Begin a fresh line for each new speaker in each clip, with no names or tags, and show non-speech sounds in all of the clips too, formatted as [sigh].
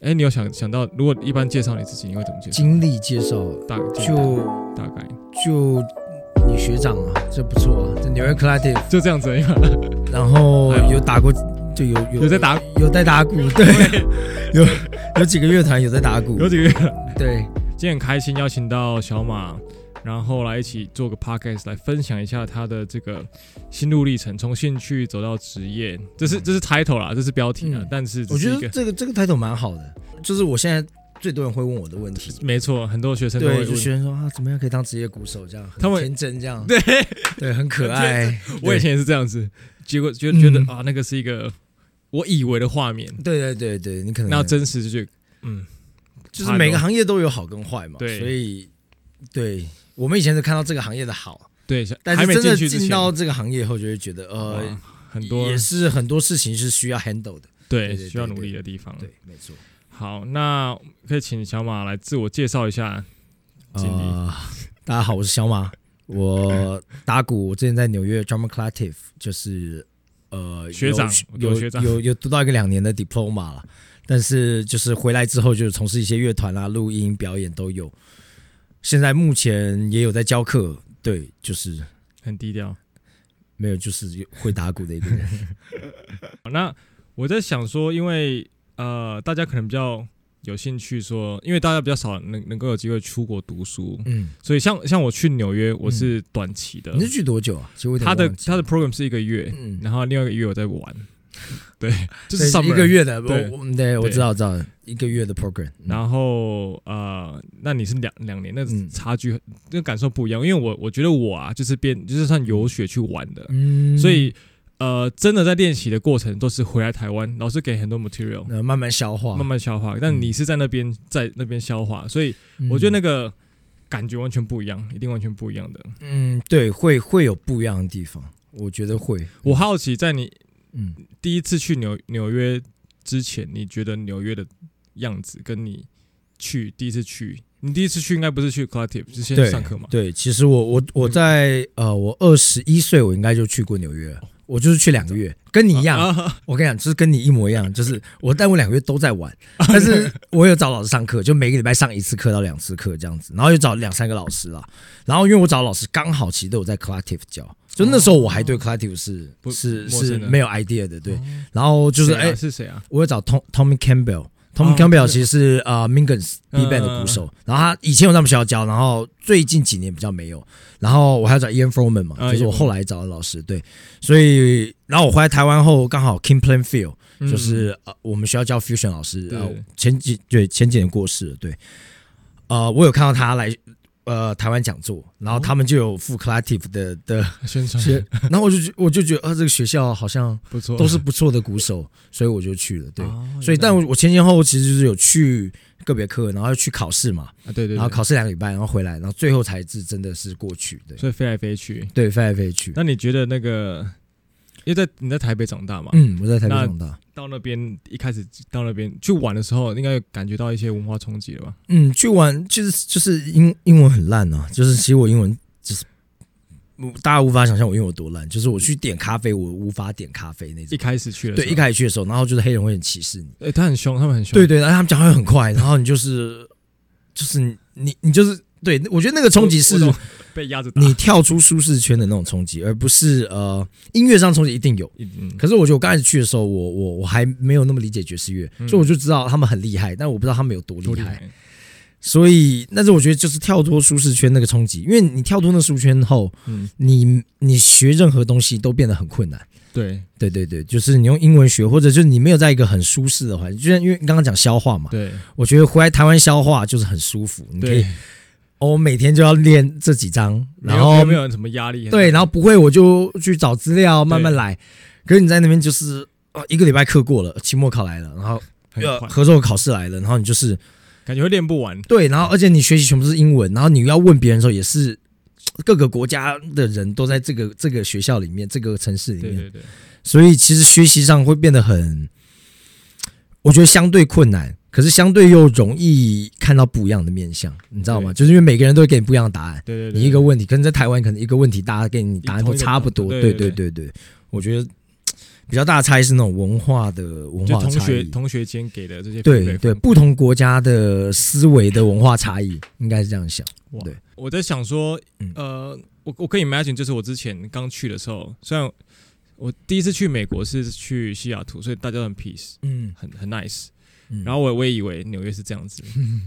哎，你有想想到，如果一般介绍你自己，你会怎么介绍？
经历介绍
大
就
大概
就你学长啊，这不错啊，这纽约 Collective，
就这样子而已嘛，
嗯然后
还有
有打过，就有有
哎有在打
有在打
[laughs]
鼓，对， [laughs] 有有几个乐团有在打鼓
有，几个月。
对，
今天很开心邀请到小马，然后来一起做个 podcast 来分享一下他的这个心路历程，从兴趣走到职业，这是这是 title 啦，这是标题啦，
嗯
但是
我
只是一
觉得
个
这个这个抬头蛮好的，就是我现在最多人会问我的问题，
没错，很多学生都会
对，就
问。
学生说啊，怎么样可以当职业鼓手这样，很
他们
天真这样，
[laughs] 对
对，嗯很可爱，
我以前也是这样子，结果觉得觉得、啊，那个是一个我以为的画面，
对对对对，你可能
那真实就觉得嗯，
就是每个行业都有好跟坏嘛，
哦对
所以对我们以前是看到这个行业的好，
对，
但
还
是
没
真
进
的
去之
进
前，
到这个行业后，就会觉得
哇
呃，
很多
也是很多事情是需要 handle 的，
对
对对
需要努
对
力的地方。
对，没错。
好，那可以请小马来自我介绍一下。经理
呃，大家好，我是小马，我打鼓，我之前在纽约 Drummer Collective，就是呃
学长
有
我
有
学长
有有读到一个两年的 diploma 了，但是就是回来之后就是从事一些乐团啊、录音、表演都有，现在目前也有在教课，对，就是
很低调。
没有就是会打鼓的一
[laughs]
个人，
好那我在想说，因为呃，大家可能比较有兴趣说，因为大家比较少能能够有机会出国读书，
嗯，
所以像像我去纽约，我是短期的
你，是去多久啊？其实我有点
他的
忘记
他的 program 是一个月，
嗯
然后另外一个月我在玩，
[laughs]
对，就
对
是上
一个。月的，
对
我我对我
对
知道我知道一个月的 program，嗯
然后呃，那你是两两年，那
嗯
差距那感受不一样，因为我我觉得我啊，就是变就是算游学去玩的，
嗯
所以呃，真的在练习的过程都是回来台湾，老师给很多 material，
呃慢慢消化，
慢慢消化。
嗯
但你是在那边在那边消化，所以我觉得那个感觉完全不一样，一定完全不一样的。
嗯，对，会会有不一样的地方，我觉得会。
我好奇，在你
嗯，
第一次去纽纽约之前，你觉得纽约的样子跟你去第一次去，你第一次去应该不是去 collective，是先
对
上课嘛？嗯
对，其实我我我在呃，我二十一岁，我应该就去过纽约了，我就是去两个月，跟你一样。
啊，
我跟你讲，就是跟你一模一样，就是我但我两个月都
[laughs]
在玩，但是我有找老师上课，就每个礼拜上一次课到两次课这样子，然后又找两三个老师啦。然后因为我找老师刚好其实都有在 Collective 教，就那时候我还对 Collective 是、
不
是
哦陌
是
生的
没有 idea 的，对。
哦，
然后就是
谁啊
哎、
是谁啊？
我有找 Tom Tommy Campbell。Tom
哦
Campbell
是
其实是呃 Mingans B
嗯
band 的鼓手，然后他以前有在我们学校教，然后最近几年比较没有，然后我还要找 Ian Froman 嘛，
啊
就是我
Ian Froman
后来找的老师，对，所以然后我回来台湾后，刚好 Kim Plainfield
嗯
就是呃我们学校教 fusion 老师，
对
呃前几对前几年过世了，对，呃我有看到他来呃台湾讲座，然后
哦
他们就有副 collective 的的 [laughs]
宣传
学，然后我就觉我就觉得啊这个学校好像
[laughs] 不错，
都是不错的鼓手，所以我就去了，对。
哦
所以，但我我前前后后其实就是有去个别课，然后又去考试嘛，
啊对对，对
然后考试两个礼拜，然后回来，然后最后才是真的是过去的，
所以飞来飞去，
对，飞来飞去。
那你觉得那个，因为在你在台北长大嘛，
嗯，我在台北
那
长大，
到那边一开始到那边去玩的时候，应该有感觉到一些文化冲击了吧？
嗯，去玩其实就是英英文很烂啊，就是其实我英文就是嗯大家无法想象我英文有多烂，就是我去点咖啡，我无法点咖啡那
一
种。
开始去的时
对，
候
一，开始去的时候，然后就是黑人会很歧视你，
哎、他很凶，他们很凶，
对对，然后他们讲话又很快，然后你就是就是你你你就是对，我觉得那个冲击
我
是 [laughs]
我懂被压着打，
你跳出舒适圈的那种冲击，而不是呃音乐上冲击一定有。
嗯
可是我觉得我刚开始去的时候，我我我还没有那么理解爵士乐，
嗯
所以我就知道他们很厉害，但我不知道他们有多厉
多
害。
厉害，
所以，但是我觉得就是跳脱舒适圈那个冲击，因为你跳脱那舒适圈后，
嗯，
你你学任何东西都变得很困难。
对
对对对，就是你用英文学，或者就是你没有在一个很舒适的环境，就像因为你刚刚讲消化嘛，
对
我觉得回来台湾消化就是很舒服，你可以
对，，
哦我每天就要练这几张，
没有
然后
没有没有什么压力，
对，然后不会我就去找资料，慢慢来。可是你在那边就是啊，一个礼拜课过了，期末考来了，然后
很
呃
快，
合作考试来了，然后你就是
感觉会练不完，
对，然后而且你学习全部是英文，然后你要问别人的时候也是各个国家的人都在这个这个学校里面，这个城市里
对
面，
对对，
所以其实学习上会变得很，我觉得相对困难。可是相对又容易看到不一样的面相，你知道吗？
对
就是因为每个人都会给你不一样的答案。
对对对，
你一个问题，可能在台湾可能一个问题，大家给你答案都差不多，
同一个
对
答
对
案
对对，我觉得比较大的差异是那种文化的文
就
化的
同
差
学
异。
同学间给的这些分
对
配
对，不同国家的思维的文化差异，应该是这样想。
哇
对，
我在想说
嗯，
呃，我我可以 imagine，就是我之前刚去的时候，虽然我第一次去美国是去西雅图，所以大家都很 peace，
嗯，
很很 nice。
嗯
然后我我也以为纽约是这样
[laughs]
子，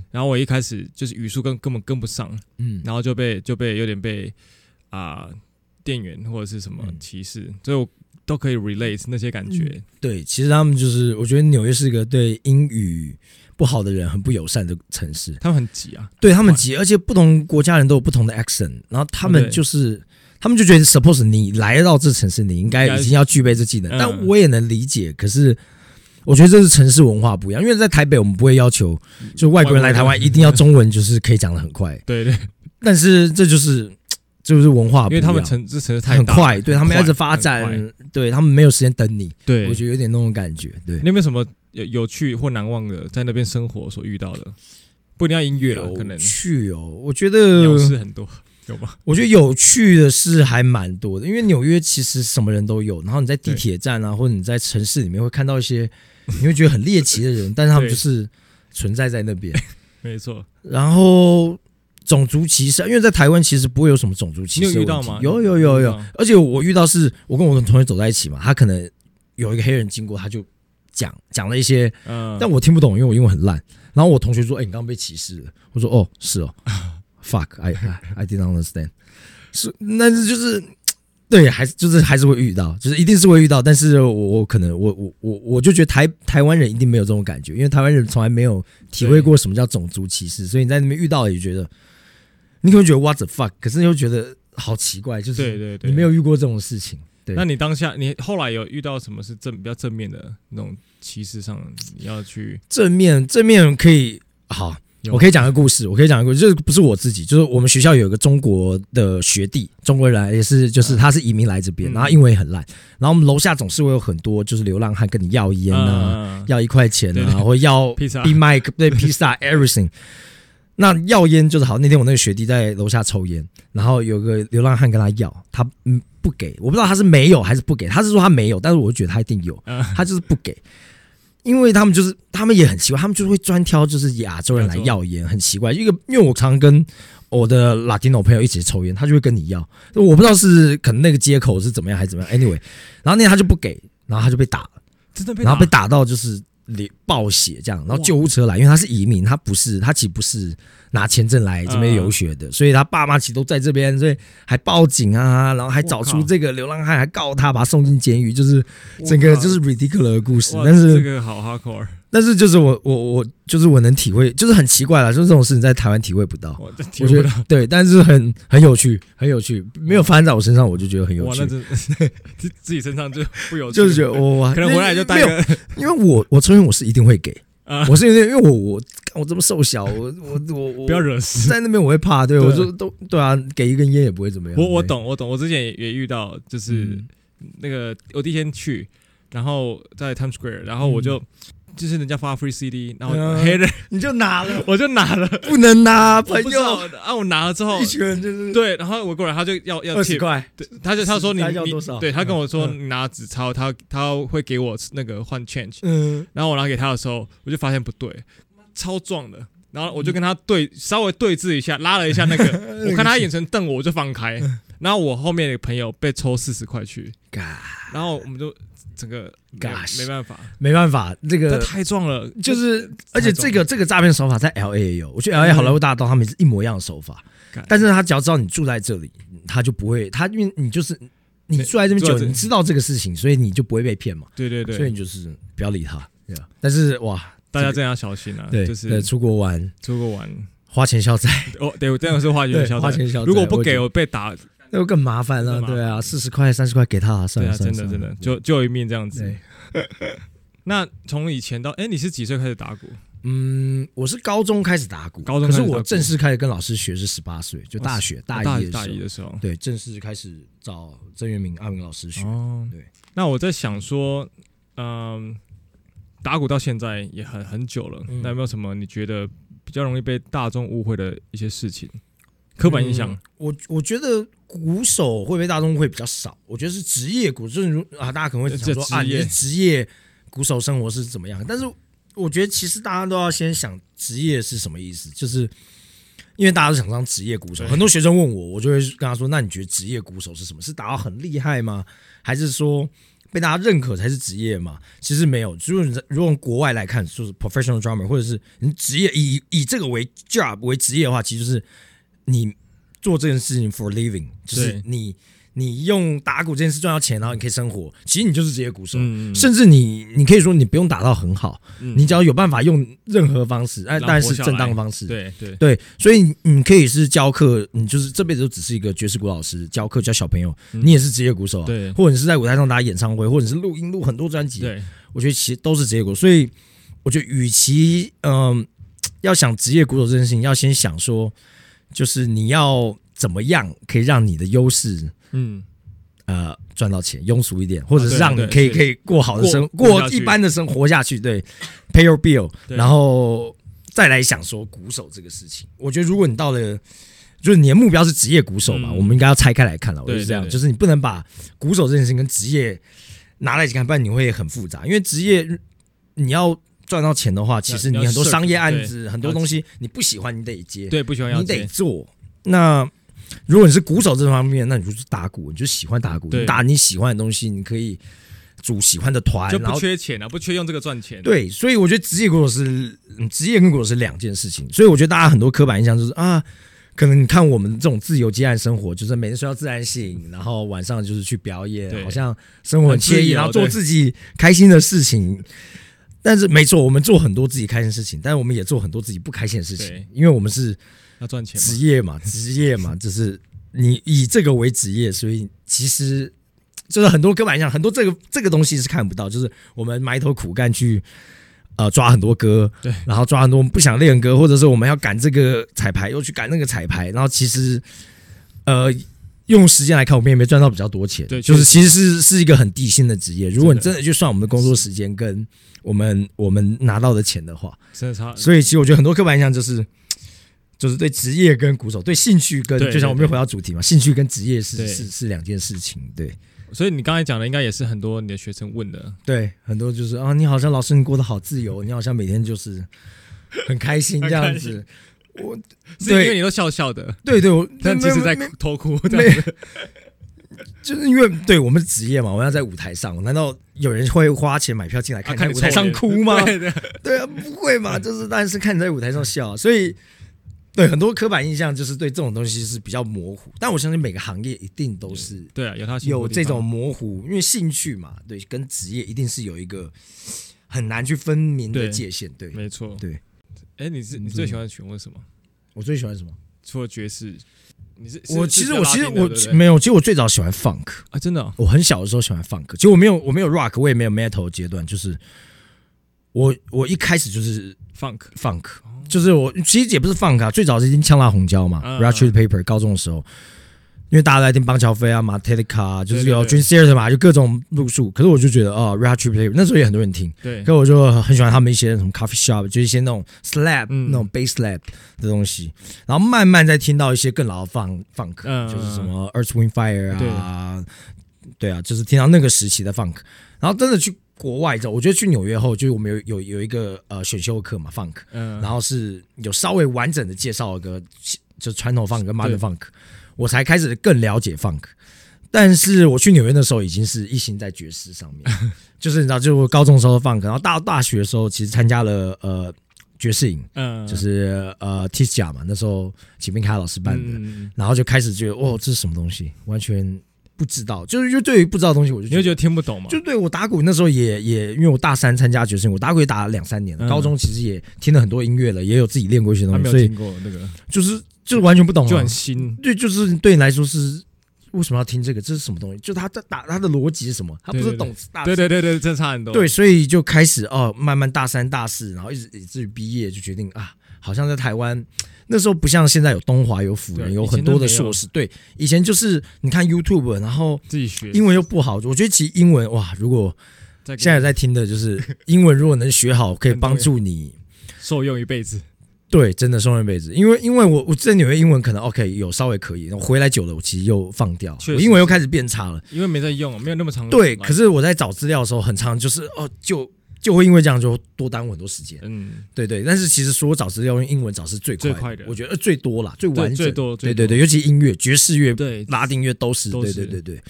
然后我一开始就是语速根根本跟不上，
嗯
然后就被就被有点被啊、店员或者是什么
嗯
歧视，所以我都可以 relate 那些感觉。
对，其实他们就是，我觉得纽约是一个对英语不好的人很不友善的城市。
他们很急啊，
对他们急，而且不同国家人都有不同的 accent，然后他们
对
就是，他们就觉得 suppose 你来到这城市，你应
应
该
该
已经要具备这技能，
嗯
但我也能理解，可是。我觉得这是城市文化不一样，因为在台北我们不会要求，就外国人来台湾一定要中文，就是可以讲的很快。
对对，
但是这就是就是文化
因
啊不一
为
样，
他们城这城市太
很
大
快，对他们要一直
很
发
很
展，对他们没有时间等你，
对，
我觉得有点那种感觉。对，
你有没有什么有有趣或难忘的在那边生活所遇到的？不一定要音乐啊，可能
有趣哦，我觉
鸟
得
事很多，有吗？
我觉得有趣的事还蛮多的，因为纽约其实什么人都有，然后你在地铁站啊，或者你在城市里面会看到一些你会觉得很猎奇的人，但是他们
对
就是存在在那
[laughs]
边，
没错，
然后。种族歧视，因为在台湾其实不会有什么种族歧视的
你有遇到
问题
吗
有有有
你有遇
有
到，
而且我遇到是我跟我同学走在一起嘛，他可能有一个黑人经过，他就讲讲了一些
嗯，
但我听不懂，因为我英文很烂。然后我同学说：“哎、你刚刚被歧视了。”我说：“哦，
[laughs]
是哦，fuck，I I, I didn't understand。”是，但是就是对，还是就是还是会遇到，就是一定是会遇到。但是我我可能我我我我就觉得台台湾人一定没有这种感觉，因为台湾人从来没有体会过什么叫种族歧视，所以你在那边遇到了也觉得，你可能觉得 what the fuck，可是又觉得好奇怪，就
对
是
对对，
你没。有遇过这种事情。对
那你当下，你后来有遇到什么是正比较正面的那种歧视上，你要去
正面正面可以好，
有
我可以讲个故事，我可以讲个故事，就是不是我自己，就是我们学校有一个中国的学弟，中国人来也是就是他是移民来这边，
嗯
然后英文也很烂，然后我们楼下总是会有很多就是流浪汉跟你要烟啊，
嗯
要一块钱
对
啊，
对
或要
披萨
Big Mac 对披萨 [laughs] everything。那要烟就是好，那天我那个学弟在楼下抽烟，然后有个流浪汉跟他要，他嗯不给，我不知道他是没有还是不给，他是说他没有，但是我觉得他一定有，
嗯
他就是不给。因为他们就是，他们也很奇怪，他们就是会专挑就是亚洲人来要烟，很奇怪。一个，因为我常跟我的 Latino 朋友一起抽烟，他就会跟你要，我不知道是可能那个接口是怎么样还是怎么样。Anyway，然后那天他就不给，然后他就被打了。
真的被
然后被
打
打到就是流爆血这样，然后
哇
救护车来，因为他是移民，他不是他其实不是拿签证来这边游学
嗯
的，所以他爸妈其实都在这边，所以还报警啊，然后还找
我
出
靠
这个流浪汉，还告他，把他送进监狱，就是整个就是 ridiculous 的故事
哇。
但
这
是
个好 hardcore，
但是就是我我我就是我能体会，就是很奇怪啦，就是这种事情在台湾体会不到。
我这哦体
我
会
觉
不到
得对，但是很很有趣，很有趣，没有发生在我身上，我就觉得很有
哇，
趣
那，真
[laughs]
自自己身上就不有趣，
就是觉得哇，
可能回来就带
没有
个
因为我我承认我是一定会给，
啊
我是因为因为我我干我这么瘦小，我我我我
[laughs] 不要惹事。
在那边我会怕，对
对
我就都对啊，给一根烟也不会怎么样。
我我
对，
懂我懂，我之前也也遇到，就是
嗯
那个我第一天去，然后在 Times Square，然后我就、就是人家发 free CD，然后
嗯
黑人、 [laughs]
你就拿了，
我就拿了，
不能拿，
我
[laughs] 朋
不知道
友，
啊，我拿了之后
一。群人就是
对，啊然后我过来，他就要要
二十
tip，
块，
对他就他说你
他要
你
多少
对他跟我说
嗯
你拿纸钞，他他会给我那个换 change，
嗯，
然后我拿给他的时候，我就发现不对，超壮的，然后我就跟他
嗯
对稍微对峙一下，拉了一下那个，
[laughs]
我看他眼神瞪我，我就放开，然后我后面的朋友被抽四十块去，
嘎，
然后我们就整个没
Gosh
没办法，
没办法，
他
这个
太壮了，
就是，而且这个这个诈骗手法在 L A 也有，我觉得 L A
嗯
好莱坞大道他们是一模一样的手法
干，
但是他只要知道你住在这里，他就不会，他因为你就是你住在这边
住在
久，
这里
你知道这个事情，所以你就不会被骗嘛，
对对
所以
对，
你就是不要理他，对吧？但是哇，
大家真的要小心啊，
对，
就
对
是
出国玩
出国玩，
花钱消灾， [laughs]
哦，对，我这样是花
对
钱消
花
灾
钱消，灾
如果不
我觉
给
得
我被打，
那就更麻烦了
更。麻烦
对啊，四十块、三十块给他啊，算
对
了
啊，
算
真
了，
的
算
真
了
的救救一命这样子
对。，
[laughs] 那从以前到，哎，你是几岁开始打鼓？
嗯，我是高中开始打鼓，
高中
可是
开始打鼓
我
哦
正式开始跟老师学是十八岁，就大学大
大
一的
大
时
一
候，
的时候。
对，正式开始找郑元明、阿明老师学。
哦，
对。
那我在想说，嗯、打鼓到现在也很很久了，
嗯
那有没有什么你觉得
嗯
比较容易被大众误会的一些事情？刻板印象，
嗯我我觉得鼓手会不会大众会比较少？我觉得是职业鼓，就是如啊，大家可能会想说
这职
啊，你
业
是职业鼓手生活是怎么样？但是我觉得其实大家都要先想职业是什么意思，就是因为大家都想当职业鼓手，
对
很多学生问我，我就会跟他说，那你觉得职业鼓手是什么？是打到很厉害吗？还是说？被大家认可才是职业嘛？其实没有，就是你如果用国外来看，就是 professional drummer，或者是你职业以以以这个为 job 为职业的话，其实就是你做这件事情 for living，就是
对
你你用打鼓这件事赚到钱，然后你可以生活，其实你就是职业鼓手。
嗯，嗯
甚至你，你可以说你不用打到很好，
嗯
你只要有办法用任何方式，哎，
让
当然是
活下来
正当方式，
对对，
对，所以你你可以是教课，你就是这辈子都只是一个爵士鼓老师，教课教小朋友，
嗯
你也是职业鼓手啊，
对
或者你是在舞台上打演唱会，或者是录音录很多专辑，
对，
我觉得其实都是职业鼓手，所以我觉得与其嗯、要想职业鼓手这件事情，要先想说，就是你要怎么样可以让你的优势
嗯，
呃赚到钱，庸俗一点，或者是
啊对
让你
对
可以
是
可以过好的
过
生
过
过
下去
一般的生活下去，对，pay your bill，
对
然后再来想说鼓手这个事情。我觉得如果你到了。就是你的目标是职业鼓手嘛，
嗯
我们应该要拆开来看了。我
对
觉得这样，
对对
就是你不能把鼓手这件事情跟职业拿在一起看，不然你会很复杂。因为职业你要赚到钱的话，其实
要
你很多
要
商业
circle，
案
对
子，很多东西你不喜欢，你得接。
对，不喜欢要
你得
接
做。那如果你是鼓手这方面，那你就是打鼓，你就喜欢打鼓，
对
你打你喜欢的东西，你可以组喜欢的团，
就
然
不
后
缺钱啊，不缺用这个赚钱，
对，所以我觉得职业鼓手是嗯职业跟鼓手是两件事情，所以我觉得大家很多刻板印象就是啊。可能你看我们这种自由接案生活，就是每天睡到自然醒，然后晚上就是去表演，
对
好像生活很惬
很自
意，
由
然后做
对
自己开心的事情。但是没错，我们做很多自己开心的事情，但是我们也做很多自己不开心的事情
对，
因为我们是
要赚钱
职
嘛，[laughs]
业嘛，职业嘛，就是你以这个为职业，所以其实就是很多刻板印象，很多这个这个东西是看不到，就是我们埋头苦干去呃抓很多歌，
对，
然后抓很多我们不想练的歌，或者是我们要赶这个彩排，又去赶那个彩排，然后其实呃。用时间来看，我们也没赚到比较多钱。
对
就是
确实
其实是是一个很地心的职业。如果你
真
真的去算我们的工作时间跟我们我们拿到的钱的话，
真的差，
所以其实我觉得很多刻板印象就是，就是对职业跟鼓手，对兴趣跟，
对
就像我们
对
又回到主题嘛，兴趣跟职业是
对
是是两件事情，对
所以你刚才讲的应该也是很多你的学生问的，
对，很多就是啊，你好像老师你过得好自由，你好像每天就是很开心这
很开
样
心
子，我
是因为
对
你都笑笑的，
对对，我
[laughs] 但其实在
没
哭偷哭，这
没
样子
就是因为对我们是职业嘛，我们要在舞台上，难道有人会花钱买票进来看
啊看
你在舞
你
台上
臭
哭
[laughs] 脸
吗？
对对
对啊，不会嘛，就是当然是看你在舞台上笑啊，所以对很多刻板印象就是对这种东西是比较模糊，但我相信每个行业一定都是
对啊，有他辛苦
有
的地
这种
方，
模糊，因为兴趣嘛，对，跟职业一定是有一个很难去分明的
对
界限。对
没错，
对。嗯
哎，你是你最喜欢的曲目是什么？
我最喜欢什么？
除了爵士，你是
我
是
其
是
实
比较
我其实
拉丁的
我
对不对
没有，其实我最早喜欢 funk，
啊，真的哦，
我很小的时候喜欢 funk，其实我没有我没有 rock，我也没有 metal 阶段，就是我我一开始就是
funk
funk，就是我其实也不是 funk 啊，最早是听呛辣红椒嘛、
嗯
r a t c h e t Paper 高中的时候，因为大家都在听邦乔菲啊、马特利卡，就是有
对
Dream Theater 嘛，就各种路数。可是我就觉得哦 r a t c h e t Paper 那时候也很多人听，
对
可我就很喜欢他们一些什么 Coffee Shop，就是一些那种 Slap、
嗯
那种 Bass Slap 的东西，然后慢慢再听到一些更老的 Funk Funk，、
嗯
就是什么 Earth Wind Fire 啊，对啊，就是听到那个时期的 Funk，然后真的去。国外之后，我觉得去纽约后，就是我们有有有一个呃选修课嘛，funk，
嗯，
然后是有稍微完整的介绍一个，就传统 funk 跟 modern
对
funk，我才开始更了解 funk。但是我去纽约的时候，已经是一心在爵士上
[laughs]
面，就是你知道，就是我高中的时候的 funk，然后大大学的时候，其实参加了呃爵士营，
嗯，
就是呃 t i s a 嘛，那时候秦明凯老师办的，
嗯，
然后就开始觉得哦，这是什么东西，完全不知道，就是就对于不知道的东西，我就
你
觉
会
得
觉。得听不懂吗？
就对我打鼓那时候也也，因为我大三参加爵士营，我打鼓也打了两三年
嗯
了。高中其实也听了很多音乐了，也有自己练过一些
他
东
没有
西，所以
听过那个，
就是就是完全不懂、
就
啊
很。新，
对，就是对你来说是为什么要听这个？这是什么东西？就他在打他的逻辑是什么？他不是
对对
懂大
对对对对，真的差很多，
嗯对，所以就开始哦，慢慢大三大四，然后一直以至于毕业，就决定啊，好像在台湾那时候不像现在有东华有辅仁，
对
有
以前
很多
都
的
没有
硕士。对，以前就是你看 YouTube，然后
自己学
英文又不好，我觉得其实英文哇，如果
再 [laughs]
现在有在听的就是英文，如果能学好，可以帮助你。
受用一辈子，
对，真的双人被子，因为因为我我在纽约英文可能 OK 有稍微可以，我回来久了，我其实又放掉，
确
我
实嗯
英文又开始变差了。
因为没在用，啊没有那么长。
对，可是我在找资料的时候，很常就是哦，就就会因为这样就多耽误很多时间。
嗯，
对对，但是其实说找资料用英文找是最快
最快的
我觉得呃最多啦，最完整，
最多最
对对
多
对，尤其音乐、爵士乐、
对。
拉丁乐都是，
都
对
是
对对对，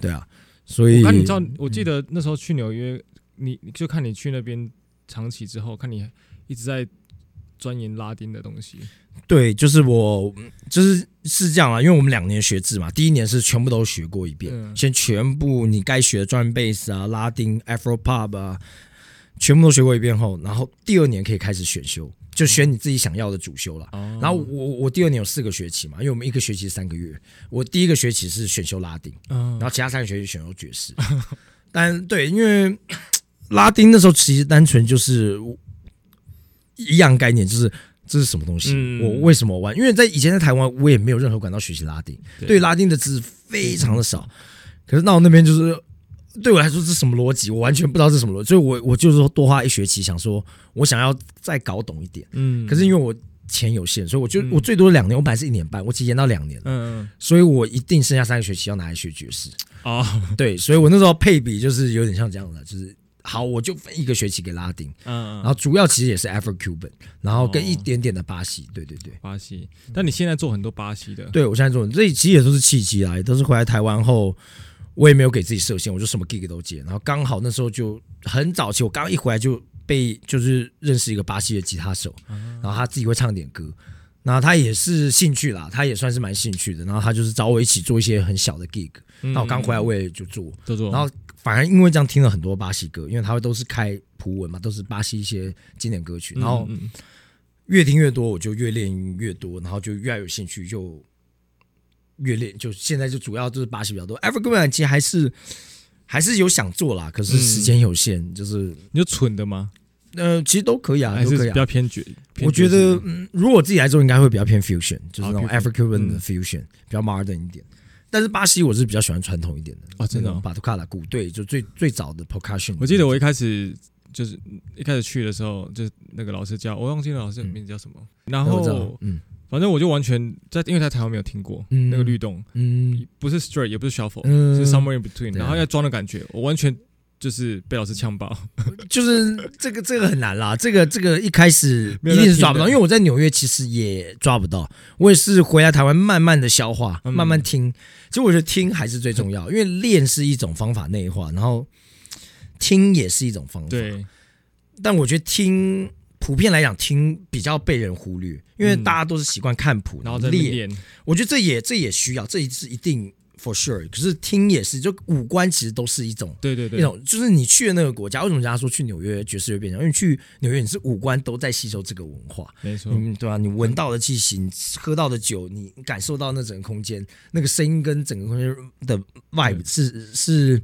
对啊，所以
那你知道，
嗯
我记得那时候去纽约，你你就看你去那边长期之后，看你一直在钻研拉丁的东西。
对，就是我嗯就是是这样啊，因为我们两年学制嘛，第一年是全部都学过一遍，
嗯
先全部你该学的专贝斯啊、拉丁、Afro Pop 啊，全部都学过一遍后，然后第二年可以开始选修，就选你自己想要的主修啦。
哦
然后我我第二年有四个学期嘛，因为我们一个学期三个月，我第一个学期是选修拉丁，
嗯
然后其他三个学期选修爵
[laughs]
士。但对，因为拉丁那时候其实单纯就是一样概念，就是这是什么东西，
嗯
我为什么玩？因为在以前在台湾，我也没有任何管道学习拉丁，
对
对拉丁的知识非常的少。可是到那边就是。对我来说，这是什么逻辑？我完全不知道这是什么逻辑，所以我我就是说多花一学期，想说我想要再搞懂一点。
嗯
可是因为我钱有限，所以我就、
嗯
我最多两年，我本来是一年半，我其实延到两年了，
嗯嗯
所以我一定剩下三个学期要拿来学爵士。
哦，
对，所以我那时候配比就是有点像这样的，就是好，我就分一个学期给拉丁，
嗯嗯，
然后主要其实也是 Afro Cuban，然后跟
哦
一点点的巴西。对对对，
巴西。但你现在做很多巴西的，
嗯对我现在这种这其实也都是契机啊啦，也都是回来台湾后。我也没有给自己设限，我就什么 gig 都接。然后刚好那时候就很早期，我刚一回来就被就是认识一个巴西的吉他手，然后他自己会唱点歌，那他也是兴趣啦，他也算是蛮兴趣的。然后他就是找我一起做一些很小的 gig，
嗯，
那我刚回来
嗯
我也就做，
嗯做做，
然后反而因为这样听了很多巴西歌，因为他会都是开葡文嘛，都是巴西一些经典歌曲，
嗯
然后
嗯嗯
越听越多，我就越练越多，然后就越来越有兴趣，就越练。就现在就主要就是巴西比较多 a f r i c a n 其实还是还是有想做啦，可是时间有限，就是
你就蠢的吗？
呃，其实都可以啊，
还
都
是
可以
比
啊。
较偏绝？偏
我
爵
觉
士
得，嗯，如果我自己来做，应该会比较偏 fusion，就是那种
哦
African 的
嗯
fusion，、比较 modern 一点。但是巴西我是比较喜欢传统一点的
哦真的哦
巴图卡拉鼓对，就最最早的 percussion。
我记得我一开始就是一开始去的时候，就是那个老师叫我忘记了老师的名字叫什么，然
我知道
后
嗯
反正我就完全在，因为在台湾没有听过、
嗯
那个律动，
嗯
不是 straight 也不是 shuffle，、
嗯，
是 somewhere in between，、
对啊
然后要装的感觉，我完全就是被老师呛爆。
嗯就是这个这个很难啦，这个这个一开始
没
一
有在
定是抓不到，
听的
因为我在纽约其实也抓不到，我也是回来台湾慢慢的消化，
嗯
慢慢听。其实我觉得听还是最重要，因为练是一种方法内化，然后听也是一种方法。，
对，
但我觉得听普遍来讲，听比较被人忽略，因为
嗯
大家都是习惯看谱，
然后在
后
那边
练。
练，
我觉得这也这也需要，这也是一定 for sure。可是听也是，就五官其实都是一种。
对对对
一，种就是你去的那个国家，为什么人家说去纽约爵士乐变强？因为去纽约你是五官都在吸收这个文化，
没错，
嗯，对啊，你闻到的气息，你喝到的酒，你感受到那整个空间，那个声音跟整个空间的 vibe 是是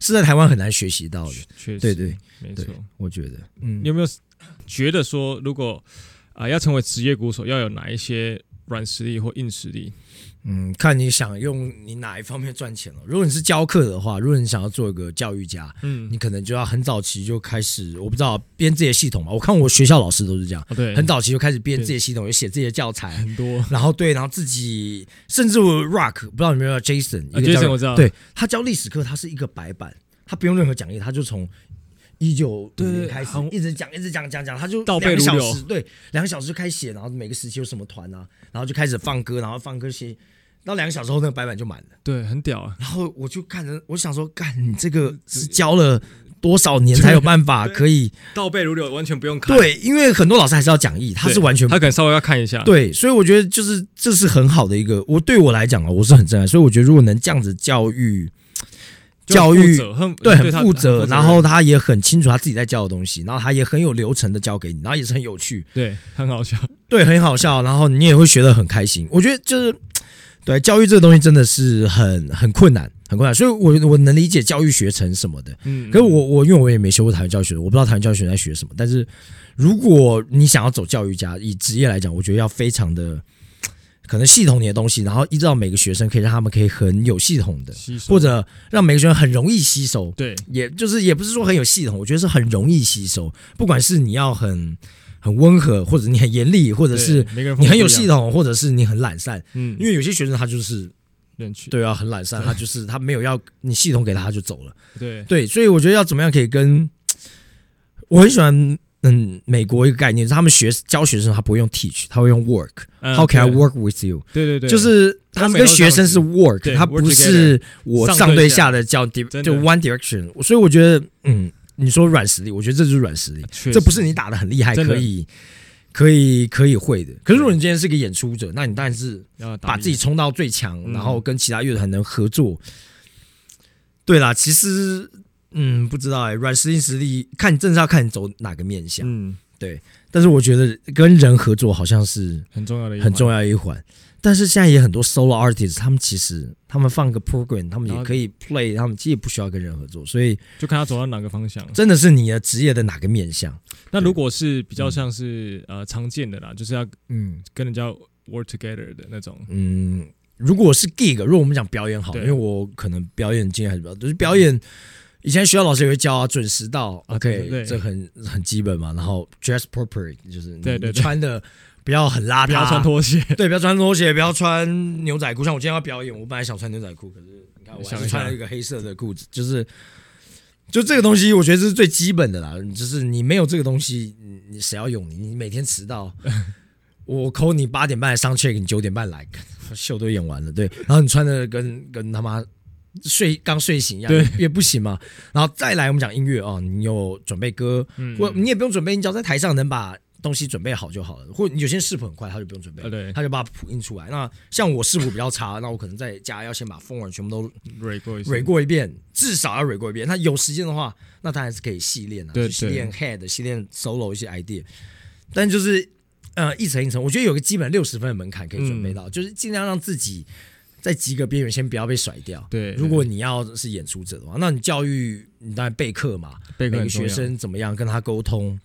是在台湾很难学习到的，
确实，
对对，
没
对
错。
我觉得，嗯
你有没有觉得说，如果啊、呃要成为职业鼓手，要有哪一些软实力或硬实力？
嗯，看你想用你哪一方面赚钱了。如果你是教课的话，如果你想要做一个教育家，
嗯
你，可能就要很早期就开始，我不知道编自己的系统嘛，我看我学校老师都是这样，
哦对，
很早期就开始编
对
自己的系统，也写自己的教材。
很多。
然后对，然后自己甚至我 Rock 不知道你们有没有 Jason，
啊
一个教
Jason 我知道
对他教历史课，他是一个白板，他不用任何讲义，他就从一九
对
年开始
很
一直讲，一直讲讲讲，他就
倒
两
背
个
如
小
流
时，对，两个小时就开始写，然后每个时期有什么团啊，然后就开始放歌，然后放歌写，到两个小时后那个白板就满了，
对，很屌啊！
然后我就看着，我想说，干你这个是教了多少年才有办法可以？
倒背如流，完全不用看。
对，因为很多老师还是要讲义，他是
对
完全
他可能稍微要看一下。，
对，所以我觉得就是这是很好的一个，我对我来讲啊，我是很震撼。所以我觉得如果能这样子教育，教育
很
对很
他
负责，
任
然后他也很清楚他自己在教的东西，然后他也很有流程的教给你，然后也是很有趣，
对很好笑。
对，很好笑，然后你也会学得很开心。我觉得就是对教育这个东西真的是很很困难，很困难。所以我我能理解教育学成什么的，
嗯，
可是我我因为我也没修过台湾教育学，我不知道台湾教育学在学什么。但是如果你想要走教育家，以职业来讲，我觉得要非常的可能系统你的东西，然后依照每个学生，可以让他们可以很有系统的，
吸收
或者让每个学生很容易吸收。
对
也就是也不是说很有系统，我觉得是很容易吸收。不管是你要很很温和，或者你很严厉，或者
对
是
每个人
你很有
风格不
系
一样，
统，或者是你很懒散。
嗯，
因为有些学生他就是
人群
对啊，很懒散，他就是他没有要你系统给他，他就走了。
对
对，所以我觉得要怎么样可以跟，我很喜欢嗯美国一个概念，就是他们学教学生他不会用 teach，他会用 work。
嗯
How can I
对
work with you？
对对对，
就是他们跟学生是
欧
work，
对
他
work
不是我上对下的叫
真
di-
的
就 one direction。所以我觉得，嗯，你说软实力，我觉得这就是软实力，
确实
这不是你打的很厉害
真的
可以可以可以会的。可是如果你今天是个演出者，那你当然是
要打
把
理
自己冲到最强，
嗯
然后跟其他乐团能合作。对啦，其实嗯，不知道哎、软实力实力看，真的是要看你走哪个面向。
嗯
但是我觉得跟人合作好像是
很重要的一
很
环
重要一环。但是现在也很多 solo artist，他们其实他们放个 program，他们
然
也
后
可以 play，他们其实也不需要跟人合作，所以
就看他走到哪个方向。
真的是你的职业的哪个面向。
那如果是比较像是呃常见的啦，就是要
嗯
跟人家 work together 的那种，
嗯，如果是 gig，如果我们讲表演好，
对
因为我可能表演经验还是比较多，就是表演。以前学校老师也会教啊，准时到
啊
，OK，、
对对对
这很很基本嘛。然后 dress properly，就是你
对对对
你穿的不要很邋遢，
不要穿拖鞋，
对，不要穿拖鞋，不要穿牛仔裤。像我今天要表演，我本来想穿牛仔裤，可是你看，我还
想一
是
下
穿了一个黑色的裤子，就是就这个东西，我觉得这是最基本的啦。就是你没有这个东西，你你谁要用你？你每天迟
[laughs]
到，我扣你八点半来上 check，你九点半来， [laughs] 秀都演完了，对。然后你穿的跟跟他妈。睡刚睡醒一样，
对
也也不行嘛。然后再来，我们讲音乐哦，你有准备歌，
嗯，
或你也不用准备，你只要在台上能把东西准备好就好了。或有些人视谱很快，他就不用准备
呃，对，
他就把谱印出来。那像我视谱比较差，那我可能在家要先把风文全部都
蕊过一次
蕊，过一遍，至少要蕊过一遍。那有时间的话，那当然是可以细练啊，
对
就细练 head，细练 solo 一些 idea。但就是呃一层一层，我觉得有个基本六十分的门槛可以准
嗯
备到，就是尽量让自己在及格边缘先不要被甩掉。
对，
如果你要是演出者的话，那你教育你当然备课嘛，
每
每个学生怎么样跟他沟通，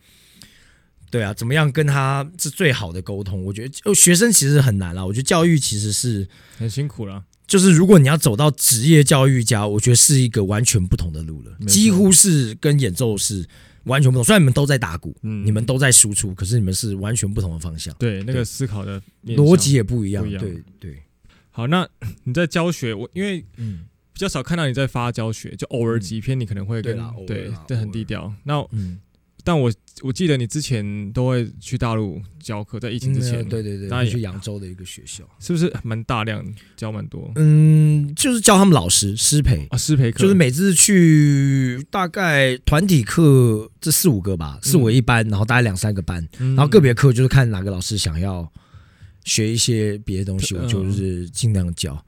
对啊，怎么样跟他是最好的沟通？我觉得呃学生其实很难啦。我觉得教育其实是，
很辛苦啦，
就是如果你要走到职业教育家，我觉得是一个完全不同的路了
没，错
几乎是跟演奏是完全不同。虽然你们都在打鼓，
嗯，
你们都在输出，可是你们是完全不同的方向，
对那个思考的面向
逻辑。也不一样
不一。样
对对，
好，那你在教学，我因为
嗯
比较少看到你在发教学，就偶尔几篇你可能会跟
对啦偶尔
对
啦，
这
偶
很
尔
低调。那
嗯，
但我我记得你之前都会去大陆教课，在疫情之前，
嗯对对对，
当然
会
也
去扬州的一个学校，
是不是蛮大量教蛮多
嗯，就是教他们老师师培，
啊？师培课
就是每次去大概团体课这四五个吧，四五个一班，然后大概两三个班，
嗯
然后个别课就是看哪个老师想要学一些别的东西，
嗯
我就是尽量教。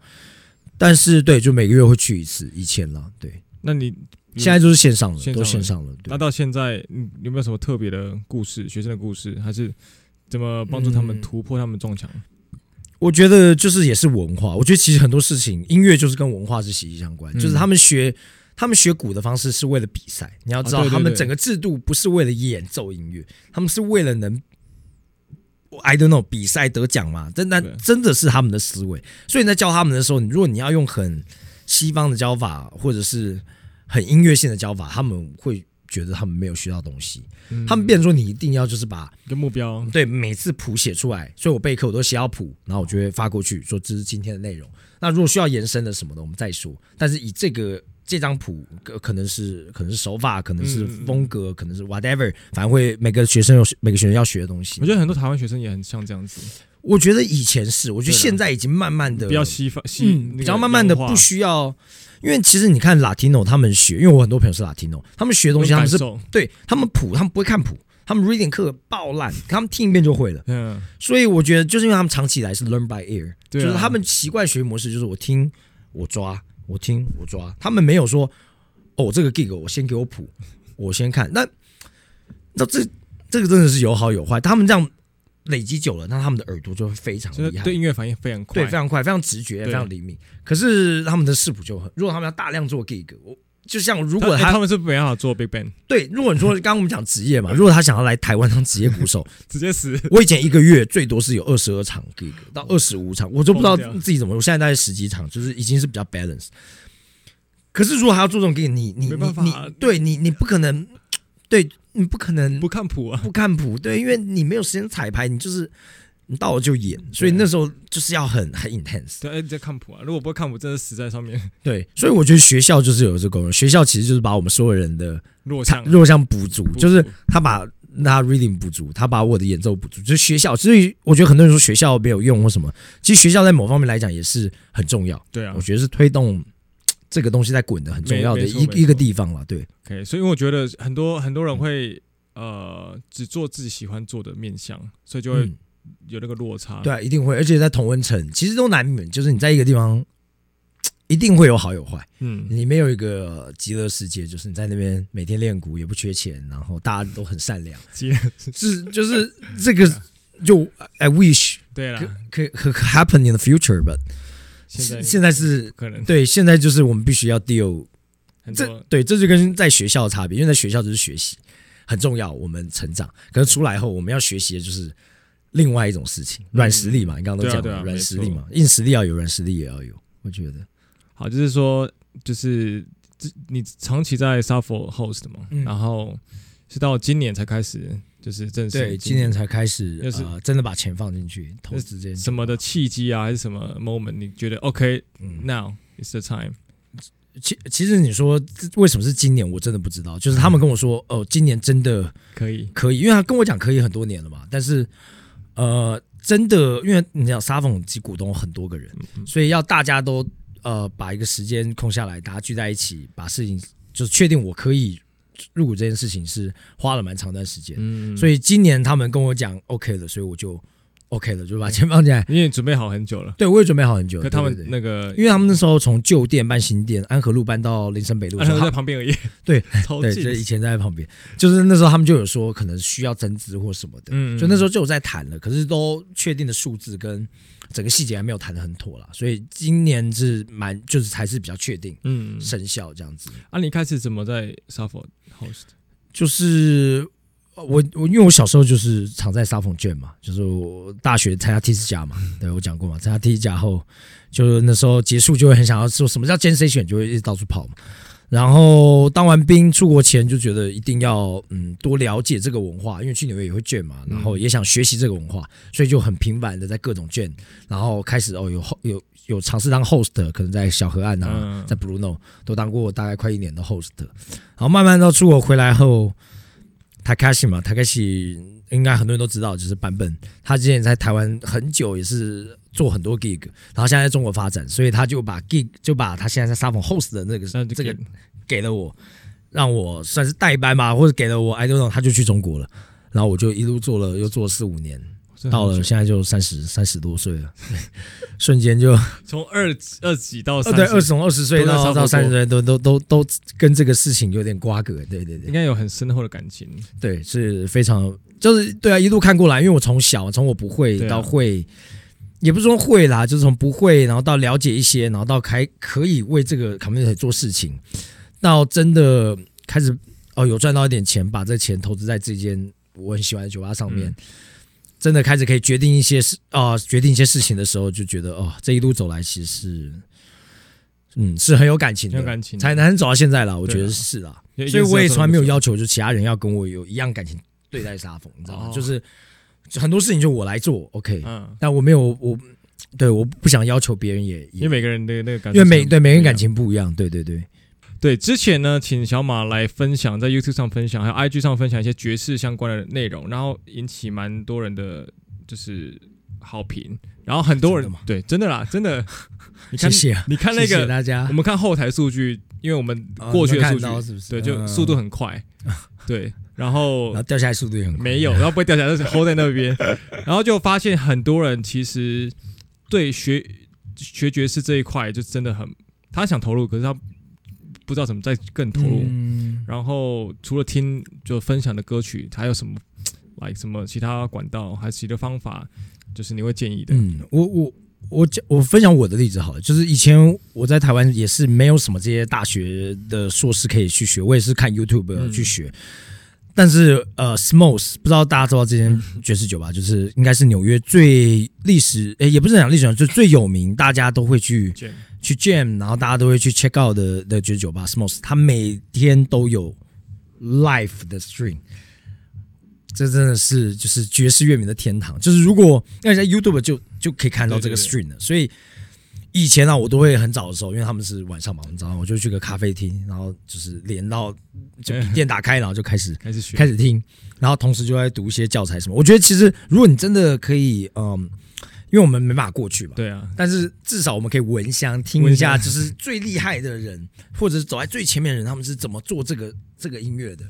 但是对，就每个月会去一次，以前啦，对，
那你
现在就是线上了，
嗯线上了
都线上了，对
那。到现在，你有没有什么特别的故事？学生的故事，还是怎么帮助他们
嗯
突破他们撞墙？
我觉得就是也是文化，我觉得其实很多事情，音乐就是跟文化是息息相关，
嗯
就是他们学。他们学鼓的方式是为了比赛，你要知
啊
道，
对对
他们
对
整个制度不是为了演奏音乐，他们是为了能，I don't know，比赛得奖嘛，真的
对
真的是他们的思维。所以你在教他们的时候，你如果你要用很西方的教法，或者是很音乐性的教法，他们会觉得他们没有学到东西，
嗯
他们变成说你一定要就是把
一个目标，
对，每次谱写出来，所以我备课我都写好谱，然后我就会发过去说这是今天的内容。那如果需要延伸的什么的，我们再说。但是以这个这张谱，可可能是可能是手法，可能是
嗯嗯嗯
风格，可能是 whatever，反正会每个学生有每个学生要学的东西
我。觉得很多台湾学生也很像这样子，
我觉得以前是，我觉
对
得
啦
现在已经慢慢的
比较西方西，
嗯，
那
比
个
较慢慢的
洋化
不需要，因为其实你看 Latino 他们学，因为我很多朋友是 Latino，他们学的东西他们是
有感受
对他们谱，他们不会看谱，他们 reading 课爆烂，他们听一遍就会了。
嗯，
所以我觉得，就是因为他们长期以来是 learn by ear，、就
对啊
是他们习惯学习模式，就是我听我抓，我听我抓，他们没有说哦这个 gig 我先给我谱，我先看。那那这这个真的是有好有坏，他们这样累积久了，那他们的耳朵就会非常
就是
厉害，
对音乐反应非常
对
快，
非常快，非常直觉，
对
非常灵敏。可是他们的视谱就很，如果他们要大量做 gig，我就像如
他
果
哎
他
他们是没办法做 Big Band，
对，如果你说刚刚我们讲职业嘛，如果他想要来台湾当职业鼓手，
直接死， [laughs]
我以前一个月最多是有二十二场 gig 到二十五场，我都不知道
疯掉
自己怎么。我现在大概十几场，就是已经是比较 balance。可是如果还要做这种 gig，你你
没
你
办法啊
你，对你你不可能对你不可能
不看谱啊，
不看谱，对，因为你没有时间彩排，你就是你到了就演，所以那时候就是要很很 intense。
对，哎你在看谱啊。如果不会看谱，真的死在上面
对，所以我觉得学校就是有这功能，学校其实就是把我们所有人的
落
唱
唱。
弱项补足
补，
[laughs] 就是他把那 reading 补足，他把我的演奏补足，就是学校。所以我觉得很多人说学校没有用或什么，其实学校在某方面来讲也是很重要，
对啊
我觉得是推动这个东西在滚的很重要的
没没错
一
没错
一个地方了。对，
，OK。所以我觉得很多很多人会呃只做自己喜欢做的面向，所以就会
嗯，
有那个落差。
对啊，一定会，而且在同温层，其实都难免，就是你在一个地方。一定会有好有坏，
嗯，
你没有一个极乐世界，就是你在那边每天练鼓也不缺钱，然后大家都很
[laughs]
善良，
接着
是就是这个就 I wish
对啦，
可可可 happen in the future but
现在
现在是
不可能
对，现在就是我们必须要 deal
很
这
多，
对，这就跟在学校的差别，因为在学校就是学习很重要，我们成长，可是出来后我们要学习的就是另外一种事情，软实力嘛，你刚刚都讲
对啊对
了，
啊
软
没
实
错
力嘛，硬实力要有，软实力也要有，我觉得
好，就是说，就是这你长期在 Suffer Host 嘛，
嗯
然后是到今年才开始，就是正式
对，
进
今年才开始
就是
呃，真的把钱放进去投资这件事
什么的契机啊，还是什么 moment，你觉得 OK
嗯
now is the time？
其其实你说这为什么是今年，我真的不知道。就是他们跟我说，哦，今年真的
可以，
可以，因为他跟我讲可以很多年了嘛。但是，呃，真的，因为你知道沙缝及股东有很多个人，
嗯
所以要大家都呃把一个时间空下来，大家聚在一起，把事情就是确定我可以入股这件事情，是花了蛮长一段时间。
嗯，
所
以
以今年他们跟我讲 OK 了，所以我就 OK 了，就把钱放进来。
因为你准备好很久了，
对我也准备好很久了，
嗯可他
对对
们那
对
个啊
因为他们那时候从旧店搬新店，安和路搬到林森北路，
安
所以
德
他
在旁边而已，
[laughs] 对，
超
对，
近
就，以前在旁边，就是那时候他们就有说可能需要增资或什么的，
嗯
就那时候就有在谈了，可是都确定的数字跟整个细节还没有谈的很妥啦，所以今年是蛮就是才是比较确定
嗯，
生效这样子。
啊，你一开始怎么在 Suffer Host？
就是呃我我因为我小时候就是常在沙缝卷嘛，就是我大学参加 T 字甲嘛，对我讲过嘛，参加 T 字甲后，就那时候结束就会很想要做什么叫兼谁选，就会一直到处跑嘛。然后当完兵出国前就觉得一定要嗯多了解这个文化，因为去纽约也会卷嘛，然后也想学习这个文化，所以就很频繁的在各种卷，然后开始哦有后有有尝试当 host，可能在小河岸啊，
嗯
在 Bruno 都当过大概快一年的 host，然后慢慢到出国回来后，Takashi 嘛，Takashi 应该很多人都知道，就是版本，他之前在台湾很久也是做很多 gig，然后现在在中国发展，所以他就把 gig 就把他现在在沙phòng host 的那个
那
这个
给
给了我，让我算是代班吧，或者给了我 I don't know，他就去中国了。然后我就一路做了，又做了四五年，
真的
到
嗯很
了
久
现在就三十三十多岁了， [laughs] 瞬间就
从二级二级到
哦，
三
对，二
十，
从二十岁
都在差
到
不
到
多
三十岁，都都都都跟这个事情有点瓜葛，对对
应
对
该有很深厚的感情，
对，是非常就是对啊，一路看过来，因为我从小从我不会
对啊
到会，也不是说会啦，就是从不会，然后到了解一些，然后到开可以为这个 community 做事情，到真的开始哦有赚到一点钱，把这钱投资在这间我很喜欢的酒吧上面。
嗯
真的开始可以决定一些事啊、决定一些事情的时候，就觉得哦，这一路走来其实是，嗯，是很有感情的，
很有感情的，
才能走到现在啦，我
对啊
觉得是啦。
也，
所以我也从来没有
要
要求，就其他人要跟我有一样感情对待沙峰，你知道吗？
哦
就是很多事情就我来做，OK，、
嗯，
但我没有我，对，我不想要求别人也，
因
也
为每个人的那个感，
因为每对每个人感。情不一样，对对对，
对，之前呢，请小马来分享在 YouTube 上分享，还有 IG 上分享一些爵士相关的内容，然后引起蛮多人的就是好评，然后很多人
真的吗
对，真的啦，真的，你
[laughs] 谢
看
谢啊，
你看那
谢谢
个，
大家
我，们看后台数据，因为我们
哦
过去
你
的
们
数
看
据，
到是不是？
对，
嗯
就速度，很
[laughs]
快，对，然后
然后掉下来速度也很快，
没有，然后不会掉下来，就是 hold 在那
[laughs]
边。然后就发现很多人其实对学学爵士这一块就真的很，他想投入，可是他不知道怎么再更投入。
嗯
然后除了听就分享的歌曲，还有什么 like 什么其他管道，还是其他方法，就是你会建议的？
嗯，我我我讲我分享我的例子好了，就是以前我在台湾也是没有什么这些大学的硕士可以去学，我也是看 YouTube
嗯
去学。但是呃，Smos 不知道大家知道这间爵士酒吧，就是应该是纽约最历史，诶，也不是讲历史，就最有名，大家都会去
建议
去 jam，然后大家都会去 check out 的的爵士酒吧 Smos，它每天都有 live 的 stream。这真的是就是爵士乐迷的天堂，就是如果那在 YouTube 就就可以看到这个
对对
stream 了。所以以前啊，我都会很早的时候，因为他们是晚上嘛，你知道，我就去个咖啡厅，然后就是连到
[laughs]
就笔电打开，然后就开始
开始学，
开始听，然后同时就在读一些教材什么。我觉得其实如果你真的可以，嗯，因为我们没办法过去嘛，
对啊，
但是至少我们可以闻香，听一
闻香
下就是最厉害的人， [laughs] 或者是走在最前面的人，他们是怎么做这个 [laughs] 这个音乐的。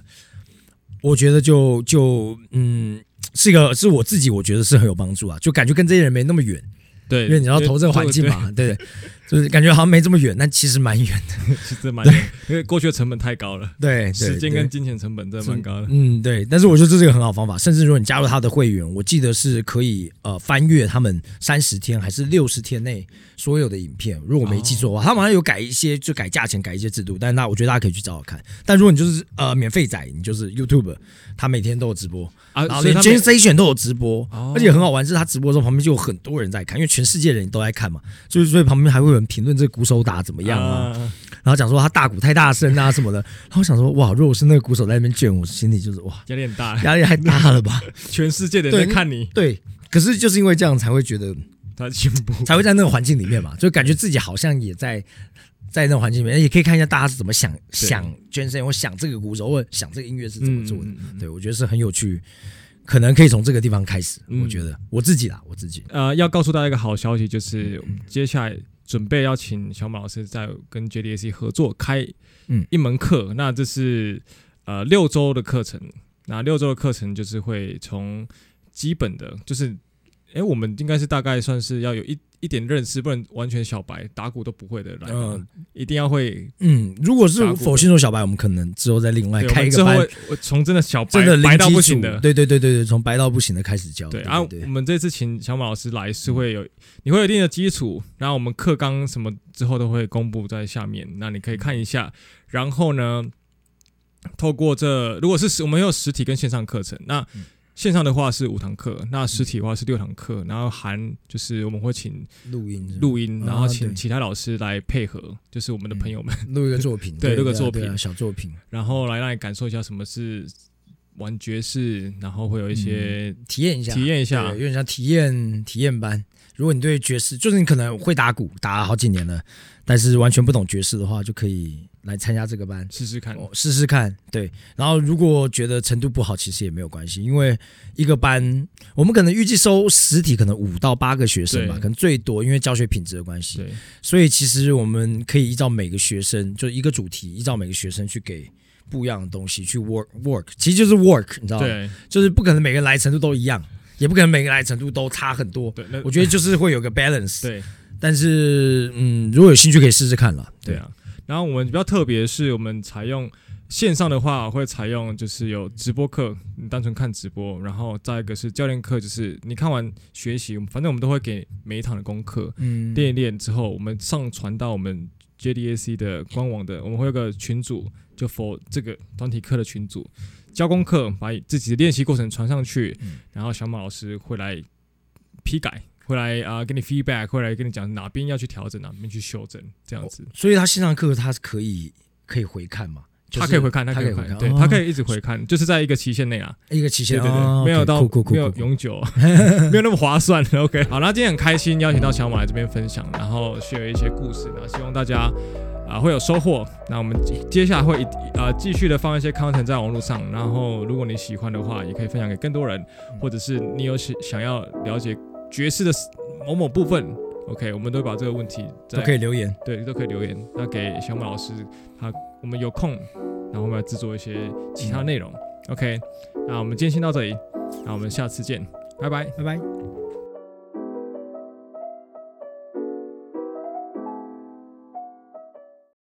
我觉得就就嗯，是一个是我自己我觉得是很有帮助啊，就感觉跟这些人没那么远，
对，
因为你要投这个环境嘛，对，就是感觉好像没这么远，但其实蛮远的，
对， [laughs] 其实蛮远，因为过去的成本太高了，
对，对
时间
对
跟金钱成本真的蛮
[laughs]
高的。
嗯，对，但是我觉得这是一个很好的方法，甚至如果你加入他的会员，我记得是可以呃翻阅他们三十天还是六十天内所有的影片，如果我没记错的话，他们好像有改一些，就改价钱、改一些制度，但是那我觉得大家可以去找找看。但如果你就是呃免费仔，你就是 YouTube，他每天都有直播，
啊，
然后
所以
连
他
J
们
Station 都有直播，
哦
而且很好玩是，他直播的时候旁边就有很多人在看，因为全世界人都在看嘛，所以所以旁边还会有人评论这个鼓手打怎么样啊，
啊
然后讲说他大鼓太大声啊什么的，然后我想说哇，如果是那个鼓手在那边卷，我心里就是哇，
[laughs] 压力很大，
压力太大了吧？
全世界的人在看你，
对，可是就是因为这样才会觉得
他进步。
才会在那个环境里面嘛，就感觉自己好像也在在那个环境里面，也可以看一下大家是怎么想想捐献，或想这个鼓手，或想这个音 [laughs] 乐是怎么做的。
嗯嗯嗯
对我觉得是很有趣，可能可以从这个地方开始。
嗯
我觉得我自己啦，我自己
呃，要告诉大家一个好消息，就是我们接下来准备要请小马老师在跟 JDSC 合作开
嗯
一门课，那这是呃六周的课程，那六周的课程就是会从基本的，就是诶，我们应该是大概算是要有一一点认识，不能完全小白打鼓都不会的来，
嗯
一定要会。
嗯，如果是
打鼓的
否新手小白，我们可能之后再另外
对，我
开一
们
个
之后
班
会，我从真的小白
真的零
白到
基
不
础
行的，
对对对对对，从白到不行的开始教。
对
哦对
啊，
对嗯
我们这次请小马老师来是会有，你会有一定的基础，然后我们课纲什么之后都会公布在下面，那你可以看一下。然后呢，透过这，如果是实我们有实体跟线上课程，那
嗯
线上的话是五堂课，那实体的话是六堂课，然后含就是我们会请
录音是吧
录音，
嗯啊
然后请
对嗯
其他老师来配合，就是我们的朋友们，
录一个作品，
对录个
啊
作
对啊
品
小作品，
[laughs] 然后来让你感受一下什么是玩爵士，然后会有一些
体验一下，
体验一下
嗯对，有点像体验体验班。如果你对爵士，就是你可能会打鼓，打了好几年了，但是完全不懂爵士的话，就可以来参加这个班，
试试看。
哦试试看。对，然后如果觉得程度不好，其实也没有关系，因为一个班我们可能预计收实体可能五到八个学生吧，
对
可能最多，因为教学品质的关系。
对，
所以其实我们可以依照每个学生，就一个主题，依照每个学生去给不一样的东西去 work work，其实就是 work，你知道吗？
对，
就是不可能每个人来程度都一样，也不可能每个人来程度都差很多。
对，那
我觉得就是会有个 balance，
对。
但是嗯，如果有兴趣可以试试看了。
对，啊，然后我们比较特别是，我们采用线上的话会采用就是有直播课，你单纯看直播，然后再一个是教练课，就是你看完学习，反正我们都会给每一堂的功课
嗯，
练一练之后，我们上传到我们 JDAC 的官网的，我们会有个群组，就 for 这个团体课的群组，教功课，把自己的练习过程传上去，
嗯
然后小马老师会来批改。会来啊、呃给你 feedback，会来跟你讲哪边要去调整，哪边去修正，这样子。
所以他线上课他是可以可以回看嘛，就是
他可以回看，
他
可
可以
以
回看，
对
哦
他可以一直回看，就是在一个期限内啊，
一个期
对
限，
对
哦
对，没有
OK，
到
酷酷酷
没有
酷
永久， [laughs] 没有那么划算。OK，好，那 [laughs] 今天很开心邀请到小马来这边分享，然后 share 一些故事，然后希望大家啊、会有收获。那我们接下来会啊继续的放一些 content 在网络上，然后如果你喜欢的话，也可以分享给更多人，
嗯
或者是你有想想要了解爵士的某某部分，OK，我们都会把这个问题
都
在
可以留言。
对，都可以留言。那给小马老师，他我们有空，然后我们来制作一些其他内容。OK，那我们今天先到这里，那我们下次见，拜拜。
拜拜。